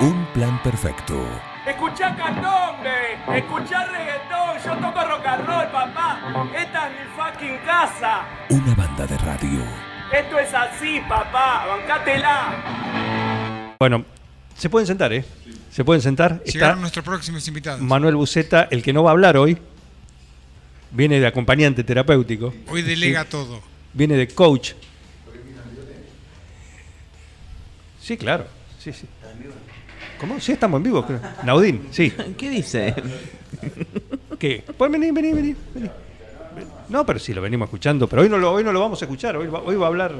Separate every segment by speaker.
Speaker 1: Un plan perfecto.
Speaker 2: Escuchá candombe, escuchá reggaetón, yo toco rock and roll, papá. Esta es mi fucking casa.
Speaker 1: Una banda de radio.
Speaker 2: Esto es así, papá. Bancátela.
Speaker 3: Bueno, se pueden sentar, ¿eh? Se pueden sentar. Está
Speaker 4: Llegaron nuestros próximos invitados.
Speaker 3: Manuel Buceta, el que no va a hablar hoy. Viene de acompañante terapéutico.
Speaker 4: Hoy delega todo.
Speaker 3: Viene de coach. Sí, claro. Sí, sí. ¿Cómo? Sí, estamos en vivo. creo. Naudín, sí.
Speaker 5: ¿Qué dice?
Speaker 3: ¿Qué? Pues vení, vení, vení. vení. No, pero sí, lo venimos escuchando. Pero hoy no lo, hoy no lo vamos a escuchar. Hoy va, hoy va a hablar.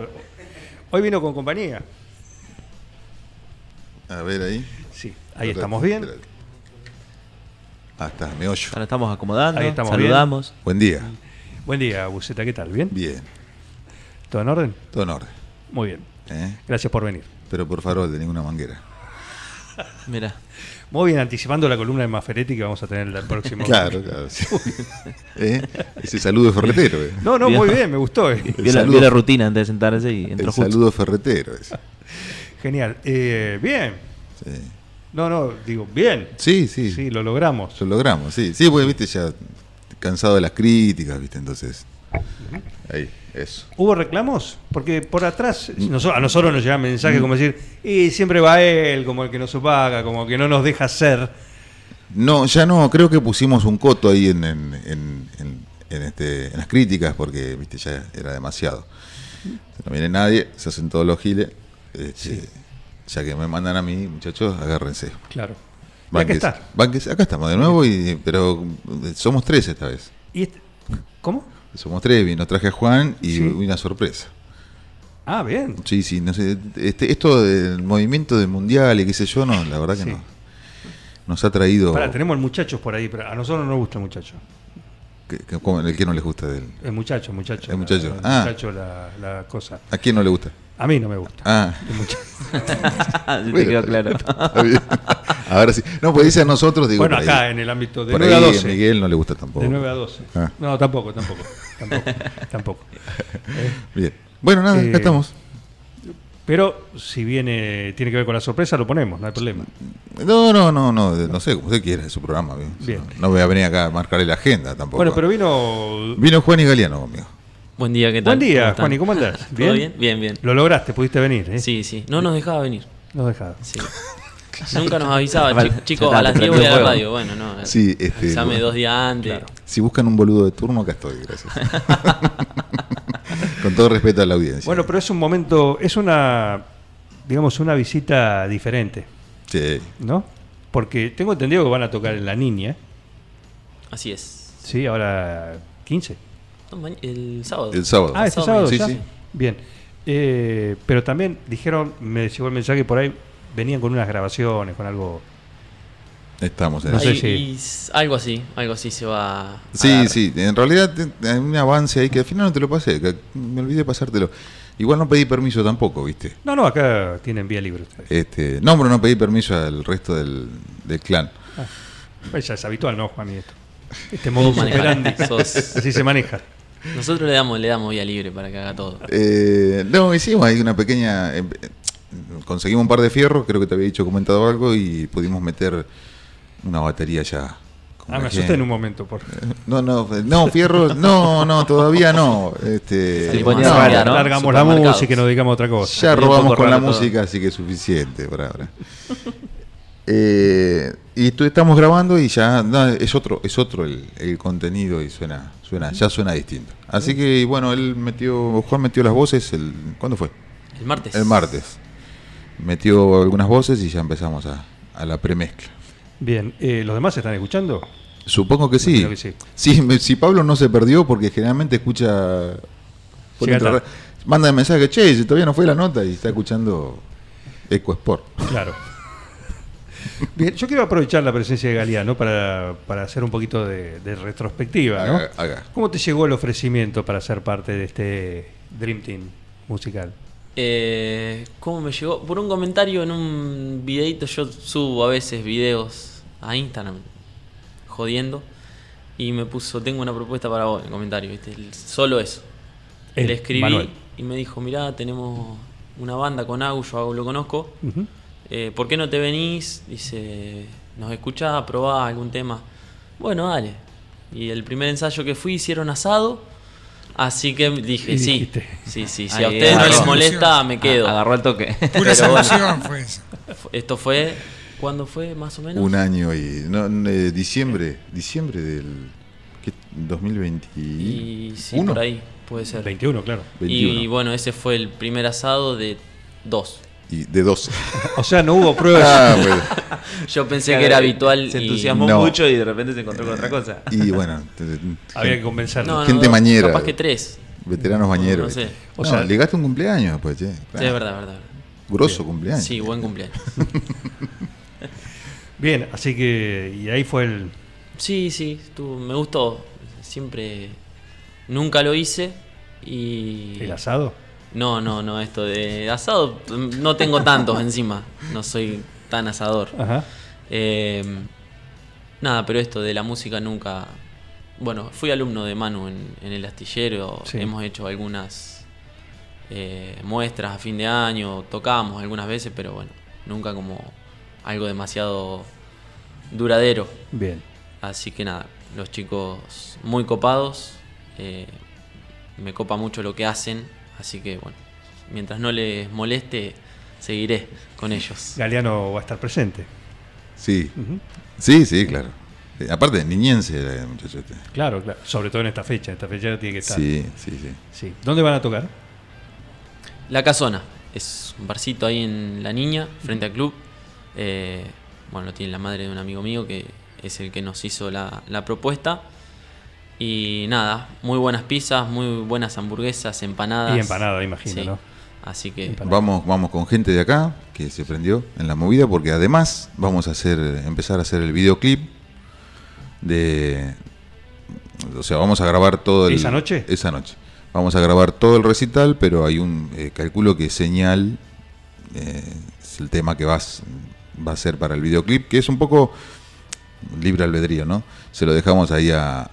Speaker 3: Hoy vino con compañía.
Speaker 6: A ver ahí.
Speaker 3: Sí, ahí estamos bien.
Speaker 6: Ah, está, me oyo.
Speaker 5: Ahora estamos acomodando,
Speaker 3: Ahí estamos
Speaker 5: saludamos.
Speaker 6: Buen día.
Speaker 3: Buen día, Buceta. ¿Qué tal? ¿Bien?
Speaker 6: Bien,
Speaker 3: ¿Todo en orden?
Speaker 6: todo en orden.
Speaker 3: Muy bien.
Speaker 6: ¿eh?
Speaker 3: Gracias por venir.
Speaker 6: Pero por favor, de ninguna manguera.
Speaker 5: Mira,
Speaker 3: Muy bien, anticipando la columna de Maferetti que vamos a tener el próximo.
Speaker 6: Claro, claro. sí. ¿Eh? Ese saludo de ferretero. eh.
Speaker 3: No, no, muy bien, me gustó. eh.
Speaker 5: vio la,
Speaker 6: saludo-
Speaker 5: vio la rutina antes de sentarse y
Speaker 6: El
Speaker 5: entró justo.
Speaker 6: saludo ferretero. ese.
Speaker 3: Genial. Eh, bien.
Speaker 6: Sí.
Speaker 3: No, no, digo, bien.
Speaker 6: Sí, sí,
Speaker 3: Sí, lo logramos.
Speaker 6: Lo logramos, sí. Sí, porque viste, ya cansado de las críticas, viste, entonces. Ahí, eso.
Speaker 3: ¿Hubo reclamos? Porque por atrás
Speaker 6: Mm.
Speaker 3: noso- a nosotros nos llegan mensajes como decir, y siempre va él, como el que no se paga, como el que no nos deja ser.
Speaker 6: No, ya no, creo que pusimos un coto ahí en, en- en- en- en este, en las críticas porque viste ya era demasiado. No viene nadie, se hacen todos los giles. este, Ya que me mandan a mí, muchachos, agárrense.
Speaker 3: Claro. Y acá
Speaker 6: Banques-
Speaker 3: está.
Speaker 6: banques- acá estamos de nuevo, y, pero eh, somos tres esta vez.
Speaker 3: Y este- ¿Cómo?
Speaker 6: Somos tres, vino, traje a Juan y
Speaker 3: Sí.
Speaker 6: una sorpresa.
Speaker 3: Ah, bien.
Speaker 6: Sí, sí, no sé, este, esto del movimiento del mundial y qué sé yo, no, la verdad que
Speaker 3: Sí.
Speaker 6: no. Nos ha traído...
Speaker 3: Pará, tenemos el muchachos por ahí, pero a nosotros no nos gusta el muchacho.
Speaker 6: que- que- ¿cómo? ¿El que no les gusta del...?
Speaker 3: El muchacho, el muchacho.
Speaker 6: El muchacho,
Speaker 3: la- el
Speaker 6: ah.
Speaker 3: muchacho, la, la cosa.
Speaker 6: ¿A quién no le gusta?
Speaker 3: A mí no me gusta.
Speaker 6: Ah,
Speaker 3: El muchacho.
Speaker 5: Ah, sí, te
Speaker 6: Bueno,
Speaker 5: quedó claro.
Speaker 6: está bien. Ahora sí. No, pues dice a nosotros, digo.
Speaker 3: Bueno,
Speaker 6: por
Speaker 3: acá
Speaker 6: ahí,
Speaker 3: en el ámbito de
Speaker 6: por
Speaker 3: 9 a
Speaker 6: ahí
Speaker 3: 12.
Speaker 6: Miguel no le gusta tampoco.
Speaker 3: De 9 a 12.
Speaker 6: Ah.
Speaker 3: No, tampoco, tampoco. Tampoco. tampoco.
Speaker 6: Bien. Bueno, nada,
Speaker 3: Eh,
Speaker 6: acá estamos.
Speaker 3: Pero si viene, tiene que ver con la sorpresa, lo ponemos, no hay problema.
Speaker 6: No, no, no, no, de- no sé, como usted quiera, es su programa. bien.
Speaker 3: Bien.
Speaker 6: No voy a venir acá a marcarle la agenda tampoco.
Speaker 3: Bueno, pero vino.
Speaker 6: Vino Juan y Galeano conmigo.
Speaker 5: Buen día, ¿qué tal?
Speaker 3: Buen día,
Speaker 5: están?
Speaker 3: Juan, ¿y cómo andás?
Speaker 5: ¿Todo bien? Bien, bien.
Speaker 3: Lo lograste, pudiste venir, ¿eh?
Speaker 5: Sí, sí. No nos dejaba venir.
Speaker 3: Nos dejaste.
Speaker 5: Sí. Nunca nos avisaba, chi- chicos,
Speaker 7: Ya
Speaker 5: a
Speaker 7: está,
Speaker 5: las
Speaker 7: te
Speaker 5: 10 voy a la
Speaker 7: prendió
Speaker 5: radio. Bueno, no.
Speaker 6: Sí, este,
Speaker 5: Avísame
Speaker 6: bueno.
Speaker 5: dos días antes.
Speaker 6: Si buscan un boludo de turno, acá estoy, gracias. Con todo respeto a la audiencia.
Speaker 3: Bueno, pero es un momento, es una, digamos, una visita diferente,
Speaker 6: Sí.
Speaker 3: ¿no? Porque tengo entendido que van a tocar en La Niña,
Speaker 5: Así es.
Speaker 3: ¿sí? Ahora 15.
Speaker 5: No, ma- El sábado.
Speaker 6: El sábado.
Speaker 3: Ah, este sábado
Speaker 5: Sábado
Speaker 6: mañana.
Speaker 3: ya.
Speaker 6: Sí, sí.
Speaker 3: Bien. Eh, pero también dijeron, me llegó el mensaje por ahí, venían con unas grabaciones, con algo.
Speaker 6: Estamos en
Speaker 3: No
Speaker 6: eso.
Speaker 3: sé
Speaker 5: Ahí-
Speaker 3: si-
Speaker 5: y s- algo así, algo así se va. a
Speaker 6: Sí,
Speaker 5: dar.
Speaker 6: sí, en realidad te- hay un avance ahí que al final no te lo pasé, que me olvidé de pasártelo. Igual no pedí permiso tampoco, ¿viste?
Speaker 3: No, no, acá tienen vía libre ustedes.
Speaker 6: Este, no, pero no pedí permiso al resto del, del clan.
Speaker 3: Pues ya es habitual, ¿no, Juan? Y esto. Este
Speaker 5: Vos
Speaker 3: modo
Speaker 5: manejás,
Speaker 3: superandi.
Speaker 5: sos-
Speaker 3: Así se maneja.
Speaker 5: Nosotros le damos, le damos vía libre para que haga todo.
Speaker 6: Eh, no, hicimos ahí una pequeña... em, eh, conseguimos un par de fierros, creo que te había dicho, comentado algo, y pudimos meter una batería ya. con
Speaker 3: Ah, me
Speaker 6: la
Speaker 3: asusté en
Speaker 6: gente.
Speaker 3: un momento. Por...
Speaker 6: No, no, no, fierros, no, no, todavía no. Este,
Speaker 5: Se ponía
Speaker 6: no,
Speaker 5: rara, ¿no?
Speaker 3: Largamos la
Speaker 5: Supermercados.
Speaker 3: música y no digamos otra cosa.
Speaker 6: Ya
Speaker 5: Salió un
Speaker 6: robamos
Speaker 5: poco
Speaker 6: con la
Speaker 5: raro todo.
Speaker 6: música, así que es suficiente por ahora. Eh, y tú- estamos grabando y ya no, es otro, es otro el, el contenido y suena, suena, ya suena distinto. Así que y bueno, él metió, Juan metió las voces el, ¿cuándo fue?
Speaker 5: El martes.
Speaker 6: El martes. Metió algunas voces y ya empezamos a, a la premezcla.
Speaker 3: Bien, eh, ¿los demás están escuchando?
Speaker 6: Supongo que sí.
Speaker 3: Creo que sí.
Speaker 6: Sí, me- si Pablo no se perdió, porque generalmente escucha. por
Speaker 3: Llega
Speaker 6: entre-
Speaker 3: tarde.
Speaker 6: manda mensaje, che, si todavía no fue la nota y está escuchando Eco Sport.
Speaker 3: Claro. Bien, yo quiero aprovechar la presencia de Galeano para, para hacer un poquito de, de retrospectiva. ¿no?
Speaker 6: Haga- haga.
Speaker 3: ¿Cómo te llegó el ofrecimiento para ser parte de este Dream Team musical?
Speaker 5: Eh, ¿Cómo me llegó? Por un comentario en un videito, yo subo a veces videos a Instagram jodiendo y me puso, tengo una propuesta para vos en el comentario, ¿viste? El- solo eso.
Speaker 3: Él,
Speaker 5: Le escribí
Speaker 3: Manuel.
Speaker 5: y me dijo, mirá, tenemos una banda con Agus, yo a Agus lo conozco,
Speaker 3: Ujú.
Speaker 5: eh, ¿por qué no te venís? Dice, ¿nos escuchás? ¿Probás algún tema? Bueno, dale. Y el primer ensayo que fui hicieron asado, así que dije,
Speaker 3: Y
Speaker 5: sí,
Speaker 3: dijiste.
Speaker 5: sí, sí, si
Speaker 7: Ahí
Speaker 5: a ustedes no
Speaker 7: agarró. Ah,
Speaker 5: les molesta, me quedo.
Speaker 7: Agarró el toque.
Speaker 4: Pura solución fue esa.
Speaker 5: Esto fue, ¿cuándo fue más o menos?
Speaker 6: Un año y. No, eh, diciembre. Diciembre del. ¿qué? 2021.
Speaker 5: Y sí, por ahí, puede ser.
Speaker 3: 21, claro.
Speaker 6: 21.
Speaker 5: Y bueno, ese fue el primer asado de dos.
Speaker 6: Y de 12.
Speaker 3: O sea, no hubo pruebas.
Speaker 6: Ah, bueno.
Speaker 5: Yo pensé que era habitual.
Speaker 7: Se
Speaker 5: y-
Speaker 7: entusiasmó
Speaker 6: No.
Speaker 7: mucho y de repente se encontró con otra cosa.
Speaker 6: Y bueno, te-
Speaker 3: Había que convencerlo.
Speaker 5: No, no,
Speaker 6: Gente
Speaker 5: dos,
Speaker 6: mañera.
Speaker 5: Capaz que tres.
Speaker 6: veteranos bañeros.
Speaker 5: No sé.
Speaker 6: ¿viste?
Speaker 3: O
Speaker 6: No,
Speaker 3: sea-
Speaker 6: ligaste un cumpleaños después, che.
Speaker 5: Sí, es verdad, verdad.
Speaker 6: Grosso cumpleaños.
Speaker 5: Sí, buen cumpleaños.
Speaker 3: Bien, así que. Y ahí fue el.
Speaker 5: Sí, sí, estuvo- me gustó. Siempre. Nunca lo hice. Y.
Speaker 3: el asado.
Speaker 5: No, no, no, esto de asado. No tengo tantos encima. No soy tan asador.
Speaker 3: Ajá.
Speaker 5: Eh, nada, pero esto de la música nunca. Bueno, fui alumno de Manu en, en el astillero.
Speaker 3: Sí.
Speaker 5: Hemos hecho algunas eh, muestras a fin de año. Tocamos algunas veces, pero bueno, nunca como algo demasiado duradero.
Speaker 3: Bien.
Speaker 5: Así que nada, los chicos muy copados. eh, me copa mucho lo que hacen. Así que bueno, mientras no les moleste, seguiré con ellos.
Speaker 3: Galeano va a estar presente.
Speaker 6: Sí. Sí, sí, claro. Eh, aparte, niñense era el muchacho este.
Speaker 3: Claro, claro. Sobre todo en esta fecha. Esta fecha tiene que estar.
Speaker 6: Sí, sí, sí.
Speaker 3: Sí. ¿Dónde van a tocar?
Speaker 5: La Casona es un barcito ahí en La Niña, frente al club. Eh, bueno, lo tiene la madre de un amigo mío que es el que nos hizo la, la propuesta. Y nada, muy buenas pizzas, muy buenas hamburguesas, empanadas.
Speaker 3: Y empanada, imagino, ¿no?
Speaker 5: Así que
Speaker 3: Empanada.
Speaker 6: Vamos, vamos con gente de acá que se prendió en la movida porque además vamos a hacer, empezar a hacer el videoclip de, o sea, vamos a grabar todo el
Speaker 3: ¿Esa noche?
Speaker 6: esa noche. Vamos a grabar todo el recital, pero hay un eh, calculo que señal eh, es el tema que vas va a ser para el videoclip, que es un poco libre albedrío, ¿no? Se lo dejamos ahí a,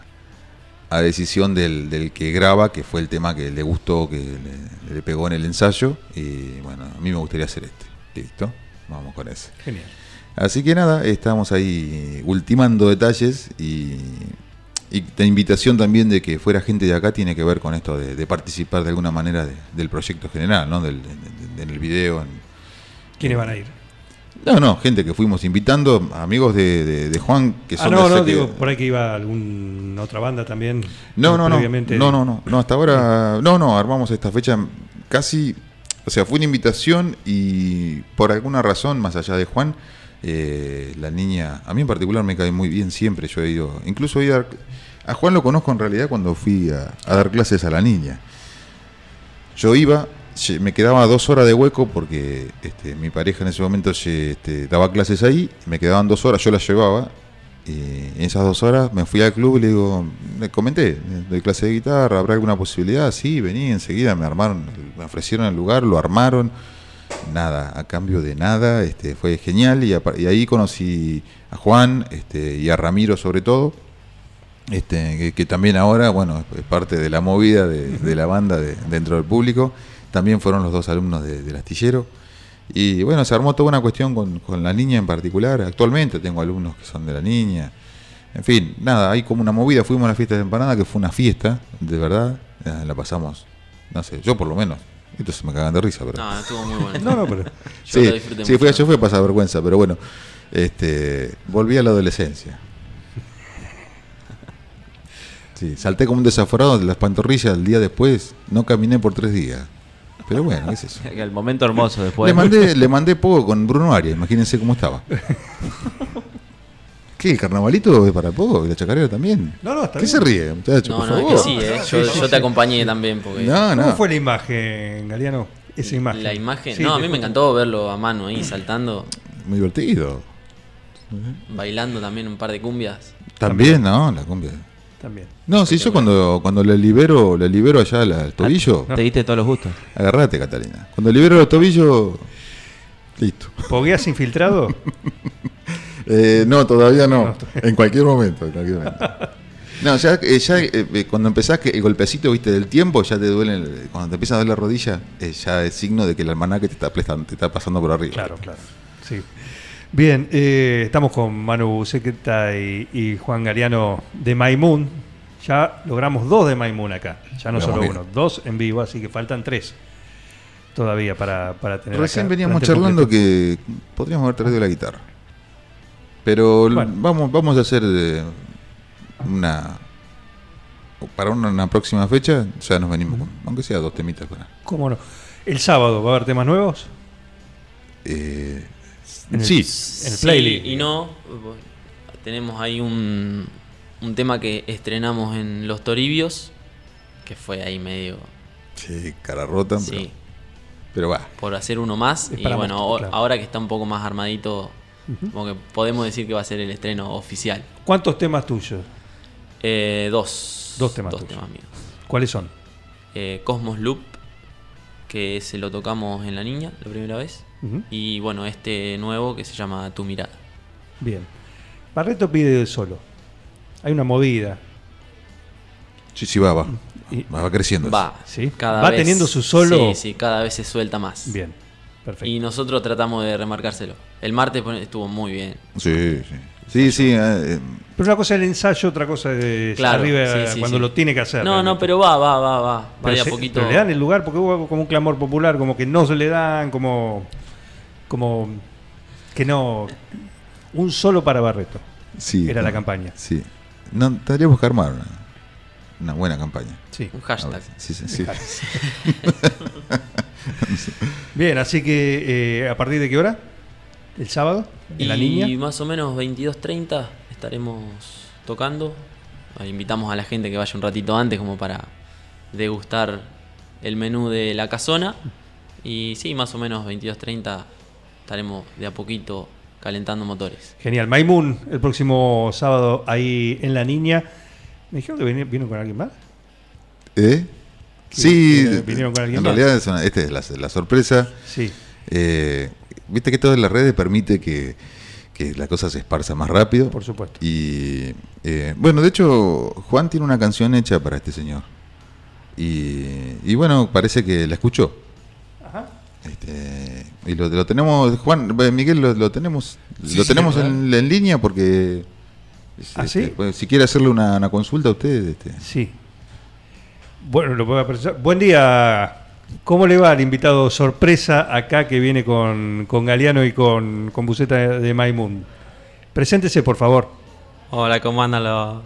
Speaker 6: a decisión del, del que graba, que fue el tema que le gustó, que le, le pegó en el ensayo. Y bueno, a mí me gustaría hacer este. Listo, vamos con ese.
Speaker 3: Genial.
Speaker 6: Así que nada, estamos ahí ultimando detalles y, y la invitación también de que fuera gente de acá tiene que ver con esto de, de participar de alguna manera de- del proyecto general, ¿no? Del, de- de- en el video. en-
Speaker 3: ¿Quiénes
Speaker 6: Eh,
Speaker 3: van a ir?
Speaker 6: No, no, gente que fuimos invitando, amigos de, de- de Juan, que son
Speaker 3: Ah, no,
Speaker 6: de
Speaker 3: no,
Speaker 6: ese que-
Speaker 3: digo, por ahí que iba alguna otra banda también.
Speaker 6: No, no, no.
Speaker 3: previamente.
Speaker 6: No, no, no. No, hasta ahora. No, no, armamos esta fecha casi. O sea, fue una invitación y por alguna razón, más allá de Juan, eh, la niña. A mí en particular me cae muy bien siempre. Yo he ido. Incluso he ido a. dar- A Juan lo conozco en realidad cuando fui a, a dar clases a la niña. Yo iba, lle- me quedaba dos horas de hueco porque este, mi pareja en ese momento lle- este, daba clases ahí, me quedaban dos horas, yo las llevaba. Y en esas dos horas me fui al club y le digo, le comenté, de clase de guitarra, ¿habrá alguna posibilidad? Sí, vení enseguida, me armaron, me ofrecieron el lugar, lo armaron, nada, a cambio de nada, este, fue genial y, apa- y ahí conocí a Juan este, y a Ramiro sobre todo, este, que, que también ahora, bueno, es parte de la movida de, de la banda de- dentro del público. También fueron los dos alumnos de- del astillero. Y bueno, se armó toda una cuestión con, con la niña en particular. Actualmente tengo alumnos que son de la niña. En fin, nada, hay como una movida. Fuimos a la fiesta de empanada, que fue una fiesta, de verdad. Eh, La pasamos, no sé, yo por lo menos. Entonces me cagan de risa, pero.
Speaker 5: no, estuvo muy bueno.
Speaker 3: No, no, pero.
Speaker 5: Yo
Speaker 6: sí,
Speaker 5: lo disfruté
Speaker 6: sí,
Speaker 5: mucho.
Speaker 6: fui, yo fui a pasar vergüenza, pero bueno. Este, volví a la adolescencia. Sí, salté como un desaforado de las pantorrillas el día después. No caminé por tres días. Pero bueno, qué es eso.
Speaker 7: El momento hermoso después.
Speaker 6: Le mandé, le mandé poco con Bruno Arias, imagínense cómo estaba. ¿Qué? ¿El carnavalito es para poco? ¿Y la chacarera también?
Speaker 3: No, no, está
Speaker 6: ¿Qué
Speaker 3: bien.
Speaker 6: se ríe, muchachos?
Speaker 5: No,
Speaker 6: por
Speaker 5: no, es
Speaker 6: favor.
Speaker 5: que sí, eh. yo, yo te acompañé también porque
Speaker 6: No,
Speaker 3: ¿Cómo
Speaker 6: no.
Speaker 3: fue la imagen, Galeano? Esa imagen.
Speaker 5: la imagen,
Speaker 3: Sí,
Speaker 5: no, a
Speaker 3: te-
Speaker 5: mí me encantó verlo a mano ahí saltando,
Speaker 6: Muy divertido.
Speaker 5: bailando también un par de cumbias.
Speaker 6: También, ¿no? La cumbia.
Speaker 3: También.
Speaker 6: No, sí, yo cuando, cuando le libero, le libero allá la- el tobillo,
Speaker 7: Te diste todos los gustos.
Speaker 6: agarrate, Catalina. Cuando libero el tobillo, listo.
Speaker 3: ¿Pogueas infiltrado?
Speaker 6: Eh, no, todavía no. En cualquier momento, en cualquier momento. No, ya, eh, ya, eh, eh, cuando empezás que el golpecito, viste, del tiempo, ya te duele, el- cuando te empieza a doler la rodilla, eh, ya es signo de que el almanaque te está, presta- te está pasando por arriba.
Speaker 3: claro, claro. Sí. Bien, eh, estamos con Manu Bucequeta y, y Juan Galeano de Maimun. Ya logramos dos de Maimun acá, ya no
Speaker 6: Vamos
Speaker 3: solo
Speaker 6: bien.
Speaker 3: uno, dos en vivo, así que faltan tres todavía para, para tener.
Speaker 6: Recién
Speaker 3: Eh, acá
Speaker 6: veníamos
Speaker 3: plantel
Speaker 6: charlando
Speaker 3: completo.
Speaker 6: que podríamos haber traído la guitarra. Pero l-
Speaker 3: Bueno.
Speaker 6: vamos, vamos a hacer eh, una. Para una, una próxima fecha, ya nos venimos con. Aunque sea dos temitas para.
Speaker 3: ¿Cómo no? ¿El sábado va a haber temas nuevos?
Speaker 6: eh,
Speaker 3: En el-
Speaker 6: sí,
Speaker 3: En el
Speaker 5: Sí
Speaker 3: playlist.
Speaker 5: y no, tenemos ahí un, un tema que estrenamos en Los Toribios, que fue ahí medio,
Speaker 6: sí, cara rota, pero-
Speaker 5: sí,
Speaker 6: pero va.
Speaker 5: por hacer uno más.
Speaker 3: Es
Speaker 5: Y
Speaker 3: para
Speaker 5: bueno,
Speaker 3: mostrar,
Speaker 5: o-
Speaker 3: claro.
Speaker 5: ahora que está un poco más armadito, como que podemos decir que va a ser el estreno oficial.
Speaker 3: ¿Cuántos temas tuyos?
Speaker 5: Eh, dos.
Speaker 3: Dos temas
Speaker 5: Dos
Speaker 3: tuyos.
Speaker 5: temas míos.
Speaker 3: ¿Cuáles son?
Speaker 5: Eh, Cosmos Loop, que se lo tocamos en La Niña la primera vez.
Speaker 3: Ujú.
Speaker 5: Y bueno, este nuevo que se llama Tu Mirada.
Speaker 3: Bien. Barreto pide el solo. Hay una movida.
Speaker 6: Sí, sí, va, va.
Speaker 3: Y-
Speaker 6: Va, va creciendo.
Speaker 5: Va,
Speaker 3: Sí. Va teniendo su solo.
Speaker 5: Sí, sí, cada vez se suelta más.
Speaker 3: Bien, perfecto.
Speaker 5: Y nosotros tratamos de remarcárselo. El martes pone- estuvo muy bien.
Speaker 6: Sí, sí. Sí, sí. eh, eh,
Speaker 3: Pero una cosa es el ensayo, otra cosa es
Speaker 5: Claro,
Speaker 3: arriba
Speaker 5: sí, sí,
Speaker 3: cuando
Speaker 5: sí.
Speaker 3: lo tiene que hacer.
Speaker 5: No, no,
Speaker 3: realmente.
Speaker 5: pero va, va, va, va. Va
Speaker 3: Pero
Speaker 5: de a
Speaker 3: se-
Speaker 5: poquito.
Speaker 3: pero le dan el lugar porque hubo como un clamor popular, como que no se le dan, como. como. que no. Un solo para Barreto.
Speaker 6: sí,
Speaker 3: Era la
Speaker 6: no,
Speaker 3: campaña.
Speaker 6: Sí. No, tendríamos que armar una, una buena campaña.
Speaker 3: Sí.
Speaker 5: Un
Speaker 6: A
Speaker 5: hashtag.
Speaker 6: ver, sí, sí, sí.
Speaker 3: Bien, así que eh, a partir de qué hora? El sábado, en la
Speaker 5: y
Speaker 3: niña.
Speaker 5: más o menos 22.30 estaremos tocando. Ahí Invitamos a la gente que vaya un ratito antes como para degustar el menú de la casona. Y sí, más o menos 22.30 estaremos de a poquito calentando motores.
Speaker 3: Genial. Maimun, el próximo sábado ahí en la niña. Me dijeron que veni- vino con alguien más.
Speaker 6: ¿Eh? Sí,
Speaker 3: eh, vinieron con alguien
Speaker 6: en
Speaker 3: más.
Speaker 6: realidad es una- esta es la, la sorpresa.
Speaker 3: Sí.
Speaker 6: Eh, Viste que todas las redes permite que, que la cosa se esparza más rápido.
Speaker 3: Por supuesto.
Speaker 6: Y eh, bueno, de hecho, Juan tiene una canción hecha para este señor. Y, y bueno, parece que la escuchó. Este, y lo, lo tenemos, Juan, eh, Miguel, lo, lo tenemos, lo tenemos en, en línea porque es,
Speaker 3: ¿Ah,
Speaker 6: este,
Speaker 3: sí?
Speaker 6: pues, si quiere hacerle una, una consulta a usted, este,
Speaker 3: Sí. Bueno, lo voy a presentar. Buen día. ¿Cómo le va al invitado sorpresa acá que viene con, con Galeano y con, con Buceta de Maimun? Preséntese, por favor.
Speaker 8: Hola, ¿cómo andan los,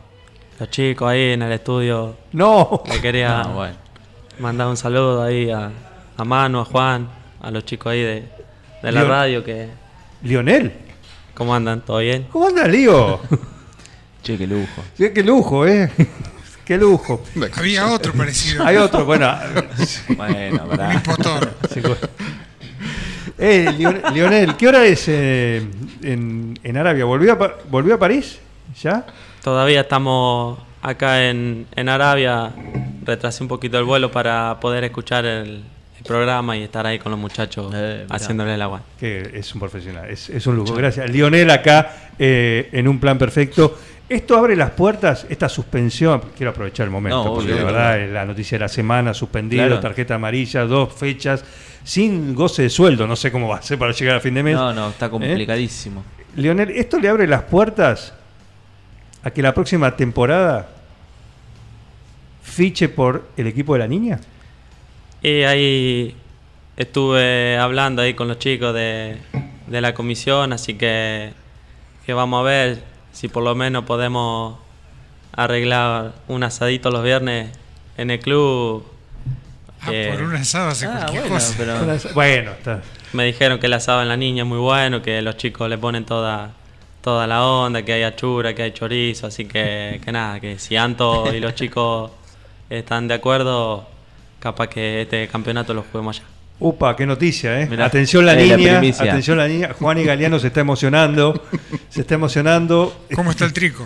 Speaker 8: los chicos ahí en el estudio?
Speaker 3: No.
Speaker 8: Le quería
Speaker 5: Ah, bueno.
Speaker 8: mandar un saludo ahí a, a Manu, a Juan, a los chicos ahí de, de la
Speaker 3: Leon-
Speaker 8: radio que...
Speaker 3: Lionel.
Speaker 8: ¿Cómo andan? ¿Todo bien?
Speaker 3: ¿Cómo anda, Lío?
Speaker 7: Che, qué lujo.
Speaker 3: Sí, qué lujo, ¿eh? Qué lujo.
Speaker 4: Había otro parecido.
Speaker 3: Hay otro, bueno.
Speaker 7: Bueno,
Speaker 4: Un
Speaker 7: pará.
Speaker 4: impostor.
Speaker 3: se co- Eh, Lionel- Lionel, ¿qué hora es eh, en, en Arabia? ¿Volvió a, Pa- ¿Volvió a París? ¿Ya?
Speaker 8: Todavía estamos acá en, en Arabia. Retrasé un poquito el vuelo para poder escuchar el, el programa y estar ahí con los muchachos
Speaker 5: Eh, mirá.
Speaker 8: haciéndole el agua.
Speaker 3: que es un profesional, es, es un lujo. Gracias. Lionel acá eh, en un plan perfecto. Esto abre las puertas, esta suspensión, quiero aprovechar el momento,
Speaker 7: No,
Speaker 3: porque
Speaker 7: obvio,
Speaker 3: la
Speaker 7: obvio.
Speaker 3: verdad es la noticia de la semana, suspendido,
Speaker 7: Claro.
Speaker 3: tarjeta amarilla, dos fechas, sin goce de sueldo, no sé cómo va a ser para llegar a fin de mes.
Speaker 7: No, no, está complicadísimo.
Speaker 3: Lionel, ¿esto le abre las puertas a que la próxima temporada fiche por el equipo de la niña?
Speaker 8: Y ahí estuve hablando ahí con los chicos de, de la comisión, así que, que vamos a ver si por lo menos podemos arreglar un asadito los viernes en el club.
Speaker 4: Ah,
Speaker 8: Eh,
Speaker 4: por un asado hace
Speaker 7: Ah,
Speaker 4: cualquier
Speaker 7: bueno,
Speaker 4: cosa.
Speaker 7: pero.
Speaker 3: Bueno, está.
Speaker 8: Me dijeron que el asado en la niña es muy bueno, que los chicos le ponen toda, toda la onda, que hay achura, que hay chorizo, así que, que nada, que si Anto y los chicos están de acuerdo, capaz que este campeonato lo juguemos allá.
Speaker 3: Upa, qué noticia, ¿eh?
Speaker 7: Mirá,
Speaker 3: atención la
Speaker 7: es la
Speaker 3: niña,
Speaker 7: primicia.
Speaker 3: atención la niña. Juan y Galeano se está emocionando, se está emocionando.
Speaker 4: ¿Cómo está el trico?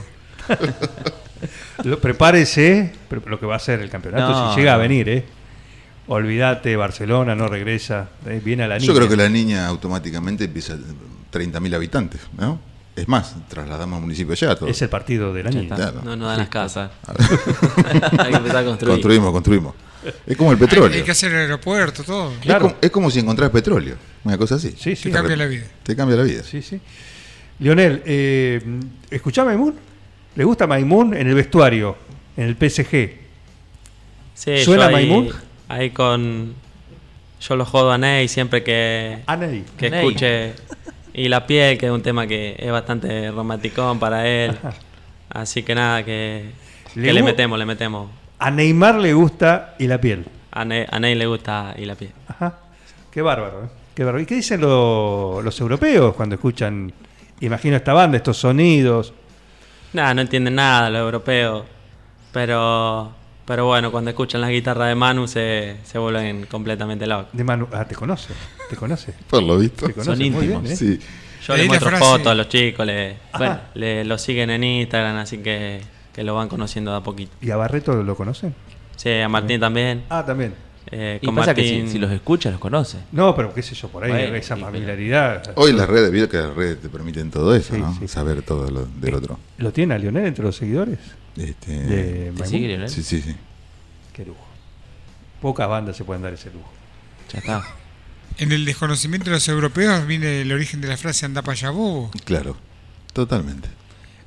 Speaker 3: Lo- prepárese, pre- lo que va a ser el campeonato
Speaker 7: No,
Speaker 3: si llega a
Speaker 7: no.
Speaker 3: venir, ¿eh? Olvídate, Barcelona no regresa, eh, viene a la niña.
Speaker 6: yo creo que la niña automáticamente empieza 30.000 habitantes, ¿no? Es más, trasladamos al municipio ya todo.
Speaker 3: Es el partido del año.
Speaker 6: está. Claro.
Speaker 9: No nos dan las casas.
Speaker 6: A ver,
Speaker 9: Hay que empezar a construir.
Speaker 6: construimos, construimos. Es como el
Speaker 4: Hay,
Speaker 6: petróleo.
Speaker 4: hay que hacer el aeropuerto, todo.
Speaker 6: Es
Speaker 3: Claro.
Speaker 6: como- Es, como, si encontrás petróleo. Una cosa así.
Speaker 3: Sí, sí.
Speaker 4: Te cambia la vida.
Speaker 6: Te cambia la vida.
Speaker 3: Sí, sí. Lionel, eh, ¿escuchá a Maimun? ¿Le gusta Maimun en el vestuario, en el PSG?
Speaker 5: Sí,
Speaker 3: ¿Suena
Speaker 5: yo ahí-
Speaker 3: Maimón?
Speaker 5: Ahí con. Yo lo jodo a Ney siempre que,
Speaker 3: Anaí.
Speaker 5: que
Speaker 9: Ney.
Speaker 5: escuche. Y la piel, que es un tema que es bastante romanticón para él. Así que nada, que que
Speaker 3: Le
Speaker 5: le,
Speaker 3: gu-
Speaker 5: metemos, le metemos.
Speaker 3: A Neymar le gusta y la piel.
Speaker 5: A Ney, a Ney le gusta y la piel.
Speaker 3: Ajá. Qué bárbaro, ¿eh? Qué bárbaro. ¿Y qué dicen lo- los europeos cuando escuchan, imagino, esta banda, estos sonidos?
Speaker 5: Nada, no entienden nada los europeos. Pero. Pero bueno, cuando escuchan las guitarras de Manu se, se vuelven completamente locos.
Speaker 3: De Manu, ah, te conoce, te conoce.
Speaker 6: Por lo visto.
Speaker 3: Te conoce,
Speaker 7: Son
Speaker 3: muy
Speaker 7: íntimos,
Speaker 3: bien, ¿eh?
Speaker 6: Sí.
Speaker 5: Yo
Speaker 4: Leí la
Speaker 5: les muestro
Speaker 4: frase.
Speaker 5: fotos a los chicos, le,
Speaker 3: Ajá.
Speaker 5: bueno, le- lo siguen en Instagram, así que, que lo van conociendo de a poquito.
Speaker 3: ¿Y a Barreto lo conocen?
Speaker 5: Sí, a Martín también.
Speaker 3: Ah, también.
Speaker 5: eh,
Speaker 7: Y
Speaker 5: con
Speaker 7: pasa que
Speaker 5: Martín.
Speaker 7: si, si los escucha, los conoce.
Speaker 3: No, pero qué sé yo, por ahí
Speaker 7: Bueno,
Speaker 3: esa
Speaker 7: sí, pero-
Speaker 3: familiaridad.
Speaker 6: Hoy las redes, vieron que las redes te permiten todo eso,
Speaker 3: Sí,
Speaker 6: ¿no?
Speaker 3: sí.
Speaker 6: Saber todo lo del otro.
Speaker 3: ¿Lo tiene a Lionel entre los seguidores?
Speaker 6: Este,
Speaker 3: De
Speaker 7: ¿Te
Speaker 3: Maimú?
Speaker 7: sigue, Leonel?
Speaker 6: sí, sí, sí.
Speaker 3: Qué lujo. Pocas bandas se pueden dar ese lujo.
Speaker 7: Ya está.
Speaker 4: En el desconocimiento de los europeos viene el origen de la frase anda para allá bobo.
Speaker 6: Claro. Totalmente.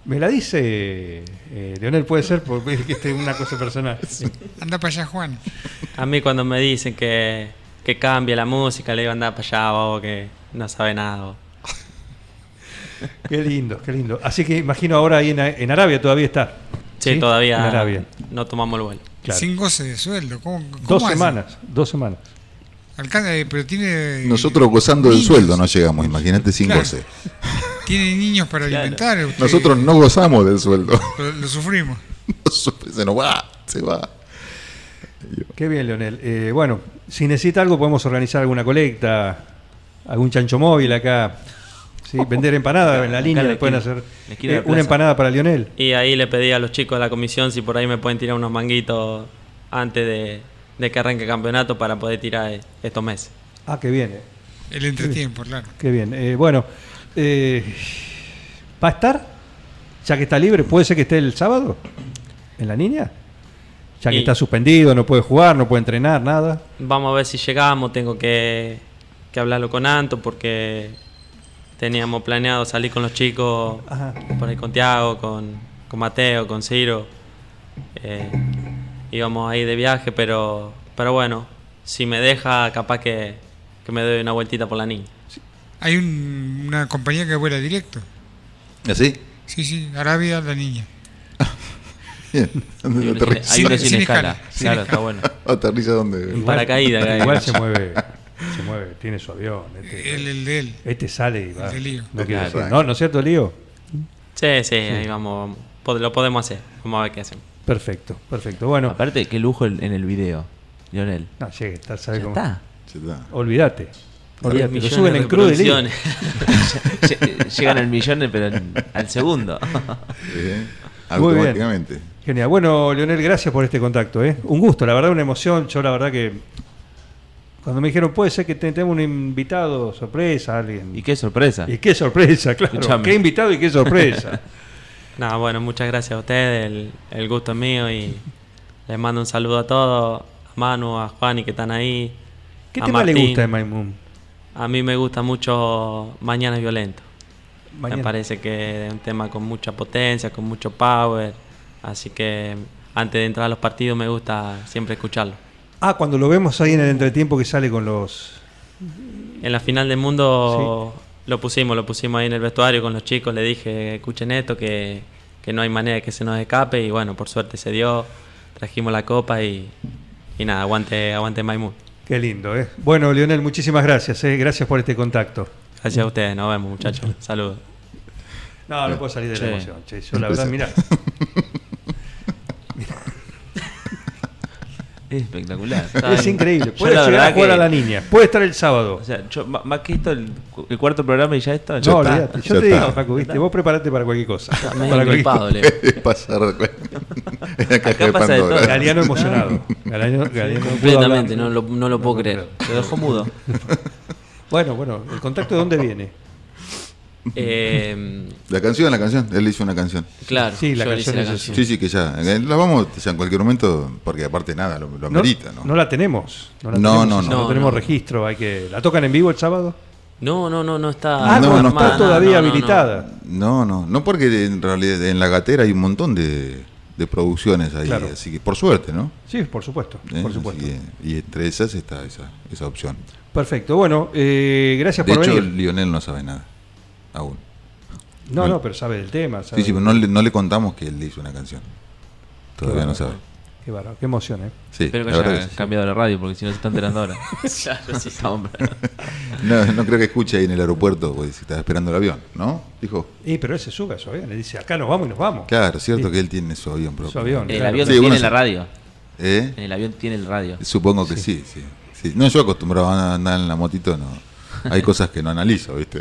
Speaker 3: Me la dice eh, Leonel, puede ser, porque es que este es una cosa personal.
Speaker 4: Anda para allá Juan.
Speaker 5: A mí cuando me dicen que, que cambie la música, le digo andar para allá, bobo, que no sabe nada. bobo".
Speaker 3: Qué lindo, qué lindo. Así que imagino ahora ahí en, en Arabia todavía está.
Speaker 5: Sí, todavía
Speaker 3: En Arabia.
Speaker 5: no tomamos el vuelo.
Speaker 3: Claro.
Speaker 4: Sin goce de sueldo. ¿Cómo, cómo
Speaker 3: Dos
Speaker 4: hace?
Speaker 3: semanas, dos semanas.
Speaker 4: Alcanza, eh, pero tiene.
Speaker 6: Nosotros gozando del
Speaker 4: niños.
Speaker 6: sueldo no llegamos, imagínate sin
Speaker 4: Claro.
Speaker 6: goce.
Speaker 4: Tiene niños para alimentar. usted-
Speaker 6: Nosotros no gozamos del sueldo.
Speaker 4: Lo, lo sufrimos.
Speaker 6: se nos va, se va.
Speaker 3: Qué bien, Leonel. Eh, bueno, si necesita algo, podemos organizar alguna colecta, algún chancho móvil acá. Sí, vender empanadas en la línea,
Speaker 7: en la
Speaker 3: le pueden
Speaker 7: esquina,
Speaker 3: hacer
Speaker 7: en la esquina de
Speaker 3: eh,
Speaker 7: la
Speaker 3: una
Speaker 7: plaza.
Speaker 3: empanada para Lionel.
Speaker 5: Y ahí le pedí a los chicos de la comisión si por ahí me pueden tirar unos manguitos antes de, de que arranque el campeonato para poder tirar eh, estos meses.
Speaker 3: Ah, qué bien, eh.
Speaker 4: El entretiempo, claro.
Speaker 3: qué bien. Eh, bueno, eh, ¿va a estar? Ya que está libre, ¿puede ser que esté el sábado? ¿En la línea? Ya que
Speaker 5: Y-
Speaker 3: está suspendido, no puede jugar, no puede entrenar, nada.
Speaker 5: Vamos a ver si llegamos. Tengo que, que hablarlo con Anto porque teníamos planeado salir con los chicos,
Speaker 3: Ajá.
Speaker 5: por ahí con Tiago, con, con Mateo, con Ciro. Eh, íbamos ahí de viaje, pero, pero bueno, si me deja, capaz que, que me doy una vueltita por la niña.
Speaker 4: Hay un- una compañía que vuela directo.
Speaker 6: ¿Así?
Speaker 4: Sí, sí, Arabia, la niña.
Speaker 6: Bien.
Speaker 7: Hay
Speaker 6: ¿Dónde
Speaker 7: uno sin,
Speaker 6: aterriza?
Speaker 7: hay uno
Speaker 4: Sin-
Speaker 7: sin
Speaker 4: sin
Speaker 7: escala.
Speaker 4: escala, sin
Speaker 7: Claro,
Speaker 4: escala.
Speaker 7: está bueno.
Speaker 6: ¿Aterriza dónde?
Speaker 3: Igual-
Speaker 5: Paracaídas, cae.
Speaker 3: Igual se mueve, se mueve, tiene su avión. Este,
Speaker 4: El, el de él.
Speaker 3: este sale y va.
Speaker 4: El de Lío.
Speaker 3: No, quiere
Speaker 6: Claro.
Speaker 3: decir- no, ¿no es cierto, Lío?
Speaker 5: Sí, sí, ahí vamos. pod- Lo podemos hacer. Vamos a ver qué hacemos.
Speaker 3: Perfecto, perfecto. Bueno,
Speaker 7: Aparte, qué lujo el- en el video, Lionel.
Speaker 3: no, llegue, está,
Speaker 7: Ya
Speaker 3: sabe cómo.
Speaker 7: está.
Speaker 6: Ya está.
Speaker 3: Olvídate. Olvídate. Lo
Speaker 5: Millones
Speaker 3: suben
Speaker 5: de
Speaker 3: en crudo y Lío.
Speaker 5: reproducciones.
Speaker 7: Lle- eh, Llegan al millón, pero en- al segundo.
Speaker 6: Bien.
Speaker 3: Muy bien.
Speaker 6: Automáticamente.
Speaker 3: Genial. Bueno, Leonel, gracias por este contacto. ¿eh? Un gusto, la verdad, una emoción. Yo, la verdad, que cuando me dijeron, puede ser que te- tenemos un invitado, sorpresa, alguien.
Speaker 7: y qué sorpresa.
Speaker 3: Y qué sorpresa, claro.
Speaker 7: Escuchame.
Speaker 3: Qué invitado y qué sorpresa.
Speaker 5: Nada, bueno, muchas gracias a ustedes, el, el gusto es mío y les mando un saludo a todos, a Manu, a Juani que están ahí.
Speaker 3: ¿Qué
Speaker 5: a
Speaker 3: tema le
Speaker 5: Martín.
Speaker 3: gusta de Maimun?
Speaker 5: A mí me gusta mucho Mañana es violento.
Speaker 3: Mañana.
Speaker 5: Me parece que es un tema con mucha potencia, con mucho power, así que antes de entrar a los partidos me gusta siempre escucharlo.
Speaker 3: Ah, cuando lo vemos ahí en el entretiempo que sale con los.
Speaker 5: En la final del mundo lo pusimos, lo pusimos ahí en el vestuario con los chicos, le dije, escuchen esto, que, que no hay manera de que se nos escape y bueno, por suerte se dio, trajimos la copa y, y nada, aguante, aguante Maimú.
Speaker 3: Qué lindo, ¿eh? Bueno, Leonel, muchísimas gracias, ¿eh? Gracias por este contacto.
Speaker 5: Gracias a ustedes, nos vemos muchachos, saludos.
Speaker 3: No, no puedo salir de la
Speaker 7: Sí.
Speaker 3: emoción. che. Yo, la verdad, mira.
Speaker 7: Es espectacular.
Speaker 3: Es increíble. Puede
Speaker 7: Yo la
Speaker 3: llegar a
Speaker 7: verdad
Speaker 3: jugar a
Speaker 7: que-
Speaker 3: la niña. Puede estar el sábado.
Speaker 7: O sea, yo, ma- más que esto, el, cu- el cuarto programa y ya esto.
Speaker 3: no,
Speaker 6: está,
Speaker 3: olvídate. Yo
Speaker 6: ya
Speaker 3: te
Speaker 6: está.
Speaker 3: digo, Paco, ¿viste? Vos preparate para cualquier cosa.
Speaker 9: Me
Speaker 3: Para cualquier-
Speaker 9: gripado, Leo.
Speaker 6: Puede pasar. en la caja
Speaker 7: Acá
Speaker 6: de
Speaker 7: pasa de
Speaker 6: Pandora.
Speaker 7: todo.
Speaker 3: Galeano emocionado. Galeano, Galeano pudo
Speaker 9: Completamente, no
Speaker 3: hablar.
Speaker 9: lo, no lo puedo
Speaker 3: No,
Speaker 9: creer.
Speaker 3: claro.
Speaker 7: Lo dejó mudo.
Speaker 3: Bueno, bueno, ¿el contacto de dónde viene?
Speaker 5: Eh,
Speaker 6: La canción, la canción. Él hizo una canción.
Speaker 5: claro,
Speaker 3: Sí, la
Speaker 5: yo le hice
Speaker 3: canción
Speaker 5: la
Speaker 3: es
Speaker 5: canción.
Speaker 6: Sí, sí, que ya. eh, La vamos ya en cualquier momento, porque aparte nada, lo, lo amerita, ¿no?
Speaker 3: no la tenemos. No, la
Speaker 6: No,
Speaker 3: tenemos,
Speaker 6: no,
Speaker 3: esa,
Speaker 5: no.
Speaker 3: no tenemos
Speaker 5: No, no.
Speaker 3: registro. Hay que ¿La tocan en vivo el sábado?
Speaker 5: No, no, no, no está.
Speaker 3: Ah,
Speaker 6: no,
Speaker 3: no, está
Speaker 6: no
Speaker 5: armada,
Speaker 3: todavía
Speaker 5: no, no, no.
Speaker 3: habilitada.
Speaker 6: No, no, no porque en realidad en la gatera hay un montón de, de producciones ahí,
Speaker 3: Claro.
Speaker 6: así que por suerte, ¿no?
Speaker 3: Sí, por supuesto,
Speaker 6: ¿Eh?
Speaker 3: por
Speaker 6: Así
Speaker 3: supuesto.
Speaker 6: que- y entre esas está esa, esa opción.
Speaker 3: Perfecto. Bueno, eh, gracias
Speaker 6: De
Speaker 3: por
Speaker 6: hecho,
Speaker 3: venir.
Speaker 6: Lionel no sabe nada, aún.
Speaker 3: No, no, pero sabe del tema.
Speaker 6: Sí,
Speaker 3: sabe-
Speaker 6: sí, pero no le, no le contamos que él hizo una canción. Todavía no sabe.
Speaker 3: Qué bárbaro, qué emoción, ¿eh?
Speaker 6: Sí,
Speaker 7: Espero que
Speaker 6: la verdad
Speaker 7: haya
Speaker 6: que sí.
Speaker 7: cambiado la radio, porque si no se está enterando ahora.
Speaker 5: Claro, sí.
Speaker 7: Esa hombre.
Speaker 6: no, no creo que escuche ahí en el aeropuerto, porque se está esperando el avión, ¿no? Dijo.
Speaker 3: Eh, pero él se sube a su avión, le dice, acá nos vamos y nos vamos.
Speaker 6: Claro, cierto que él tiene su avión propio.
Speaker 3: Su avión.
Speaker 7: En el
Speaker 3: Claro.
Speaker 7: avión
Speaker 6: Sí, uno
Speaker 7: tiene
Speaker 6: se-
Speaker 7: la radio.
Speaker 6: ¿Eh?
Speaker 7: En el avión tiene el radio.
Speaker 6: Supongo que sí, sí. sí. No, yo acostumbrado a andar en la motito, no. Hay cosas que no analizo, ¿viste?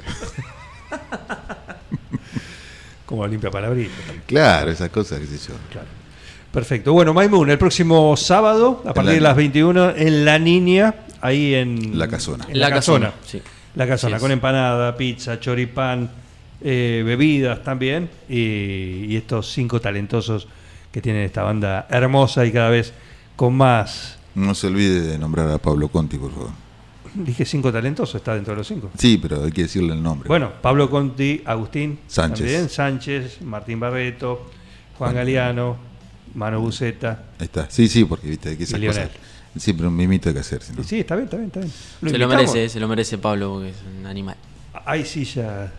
Speaker 3: Como limpia palabrita.
Speaker 6: Claro, esas cosas, qué sé yo.
Speaker 3: Perfecto. Bueno, Maimun, el próximo sábado, a partir de las 21, en La Niña, ahí en...
Speaker 6: La Casona.
Speaker 3: en la, Casona.
Speaker 5: Sí.
Speaker 3: La Casona,
Speaker 5: Así es.
Speaker 3: con empanada, pizza, choripán, eh, bebidas también. Y, y estos cinco talentosos que tienen esta banda hermosa y cada vez con más...
Speaker 6: No se olvide de nombrar a Pablo Conti, por favor.
Speaker 3: Dije cinco talentosos, está dentro de los cinco.
Speaker 6: Sí, pero hay que decirle el nombre.
Speaker 3: Bueno, Pablo Conti, Agustín
Speaker 6: Sánchez.
Speaker 3: también, Sánchez, Martín Barreto, Juan Galeano, Mano Buceta.
Speaker 6: Ahí está. Sí, sí, porque viste, hay que esas
Speaker 3: Y Lionel.
Speaker 6: cosas. Siempre un mimito hay que hacer. si no.
Speaker 3: Y sí, está bien, está bien, está bien.
Speaker 5: Se lo
Speaker 3: invitamos.
Speaker 5: merece, eh, se lo merece Pablo porque es un animal.
Speaker 3: Hay silla,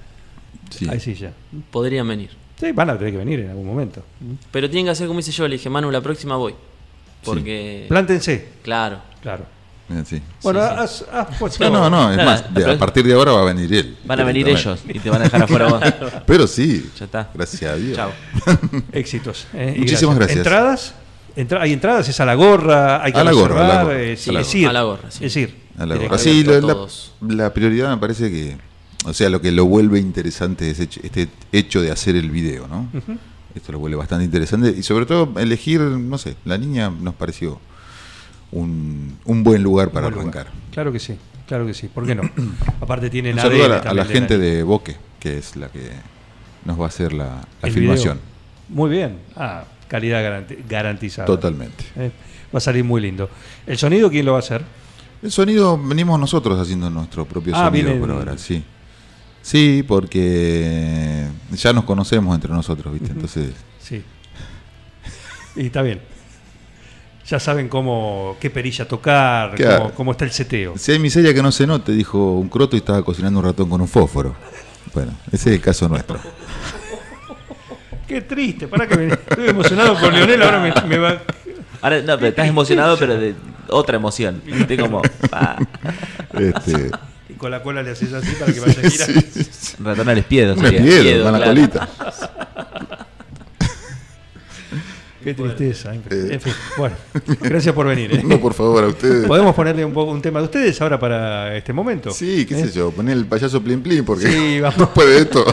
Speaker 6: Sí.
Speaker 3: hay silla.
Speaker 5: Podrían venir.
Speaker 3: Sí, van a tener que venir en algún momento.
Speaker 5: Pero tienen que hacer como hice yo, le dije, Manu, la próxima voy. Porque.
Speaker 3: Plántense,
Speaker 5: Claro.
Speaker 3: claro.
Speaker 6: Mira, sí.
Speaker 3: Bueno, has, has puesto...
Speaker 6: No, no, no, es
Speaker 7: Nada,
Speaker 6: más, de-
Speaker 7: pero-
Speaker 6: a partir de ahora va a venir él.
Speaker 7: Van a venir ellos
Speaker 6: directamente.
Speaker 7: y te van a dejar afuera vos.
Speaker 6: Pero sí,
Speaker 7: Ya está.
Speaker 6: gracias a Dios.
Speaker 7: Chao.
Speaker 3: Éxitos. eh, y
Speaker 6: Muchísimas gracias.
Speaker 3: ¿Entradas? Entra- hay entradas, es a la gorra, hay que
Speaker 6: A la gorra, a la
Speaker 3: reservar,
Speaker 6: gorra.
Speaker 3: eh, sí,
Speaker 5: A la
Speaker 3: es
Speaker 5: gorra.
Speaker 3: ir,
Speaker 5: A la gorra, sí.
Speaker 3: es ir.
Speaker 6: A la gorra.
Speaker 5: Directamente
Speaker 6: Sí, la,
Speaker 5: a
Speaker 6: la-
Speaker 5: todos.
Speaker 6: la prioridad me parece que, o sea, lo que lo vuelve interesante es hecho- este hecho de hacer el video, ¿no? Esto lo vuelve bastante interesante y sobre todo elegir, no sé, la niña nos pareció un, un buen lugar para
Speaker 3: Buen lugar.
Speaker 6: arrancar.
Speaker 3: Claro que sí, claro que sí. ¿Por qué no? Aparte tienen
Speaker 6: Un saludo a la,
Speaker 3: ADN
Speaker 6: a la
Speaker 3: también de
Speaker 6: gente
Speaker 3: la-
Speaker 6: de Boque, que es la que nos va a hacer la, la
Speaker 3: el
Speaker 6: filmación.
Speaker 3: video. Muy bien. Ah, calidad garanti- garantizada.
Speaker 6: Totalmente.
Speaker 3: Eh, va a salir muy lindo. ¿El sonido quién lo va a hacer?
Speaker 6: El sonido venimos nosotros haciendo nuestro propio
Speaker 3: Ah,
Speaker 6: sonido
Speaker 3: vienen-
Speaker 6: por ahora, sí. Sí, porque ya nos conocemos entre nosotros, ¿viste? Entonces,
Speaker 3: Sí. Y está bien. Ya saben cómo, qué perilla tocar,
Speaker 6: Claro.
Speaker 3: cómo, cómo está el seteo.
Speaker 6: Si hay miseria que no se note, dijo un croto y estaba cocinando un ratón con un fósforo. Bueno, ese es el caso nuestro.
Speaker 3: Qué triste, para que me, estoy emocionado por Leonel, ahora me, me va...
Speaker 7: Ahora, no, pero estás emocionado, pero de otra emoción. Viste como. ah,
Speaker 6: Este,
Speaker 3: Y con la cola le haces así para que vaya a girar.
Speaker 7: ratón al espiedo.
Speaker 6: me
Speaker 7: sería.
Speaker 6: pierdo
Speaker 5: miedo,
Speaker 6: con la
Speaker 5: claro.
Speaker 6: colita.
Speaker 3: Qué tristeza. en fin. En fin, bueno, gracias por venir. ¿eh?
Speaker 6: Eh. No, por favor, a ustedes.
Speaker 3: ¿Podemos ponerle un, poco- un tema de ustedes ahora para este momento?
Speaker 6: Sí, qué
Speaker 3: ¿Eh?
Speaker 6: sé yo, poner el payaso plin plin porque
Speaker 3: Sí, vamos.
Speaker 6: no puede esto.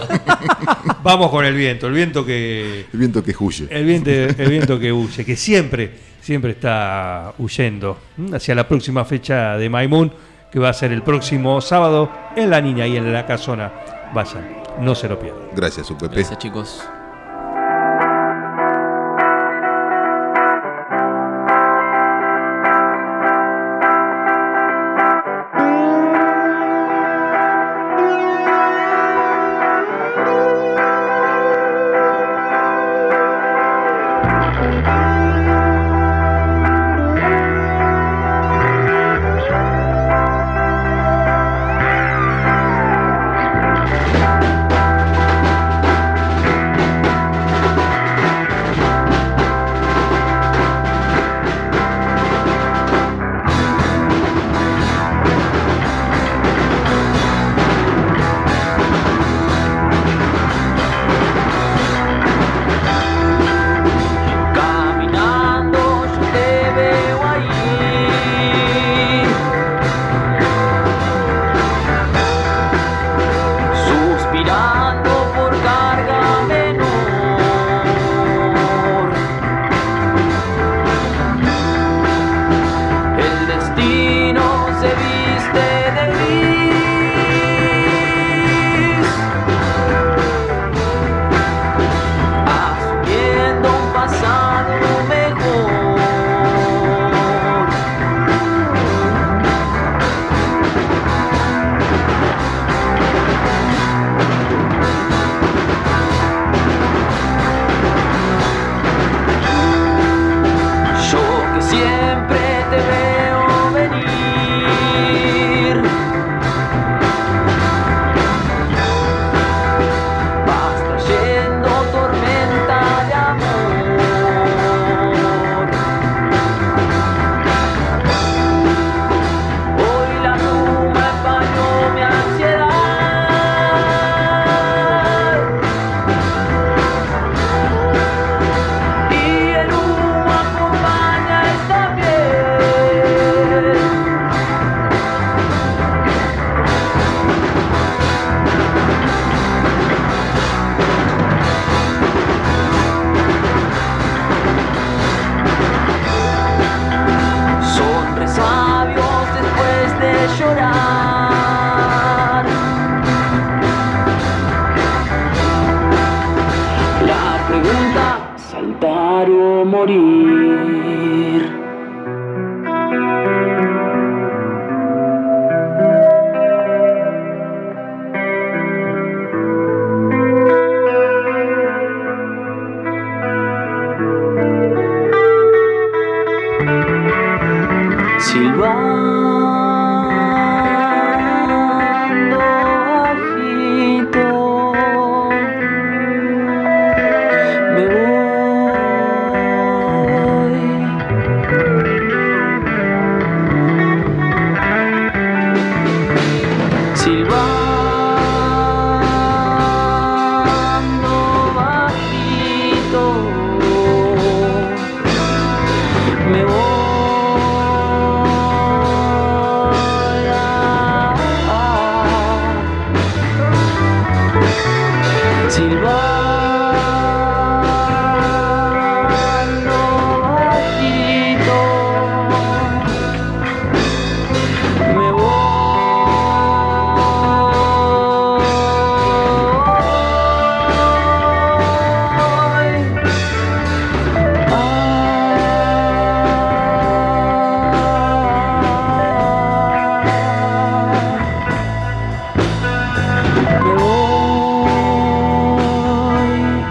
Speaker 3: Vamos con el viento, el viento que
Speaker 6: El viento que huye.
Speaker 3: el viento, el viento que huye, que siempre siempre está huyendo ¿m? hacia la próxima fecha de Maimun, que va a ser el próximo sábado en La Niña y en La Casona. Vayan, no se lo pierdan.
Speaker 6: Gracias, su Pepe.
Speaker 5: Gracias, chicos.
Speaker 10: Thank amar o morir. silbando bajito me voy silbando bajito me voy a- silbando bajito. Me voy me voy.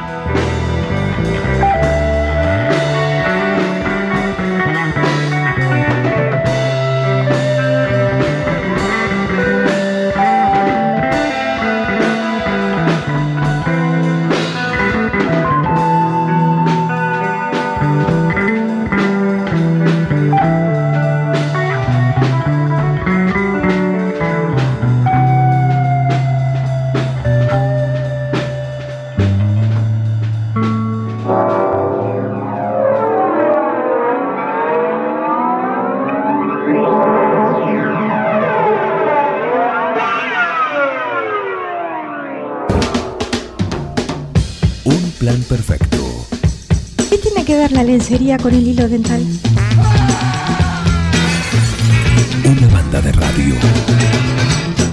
Speaker 1: Un plan perfecto.
Speaker 11: ¿Qué tiene que ver la lencería con el hilo dental?
Speaker 1: Una banda de radio.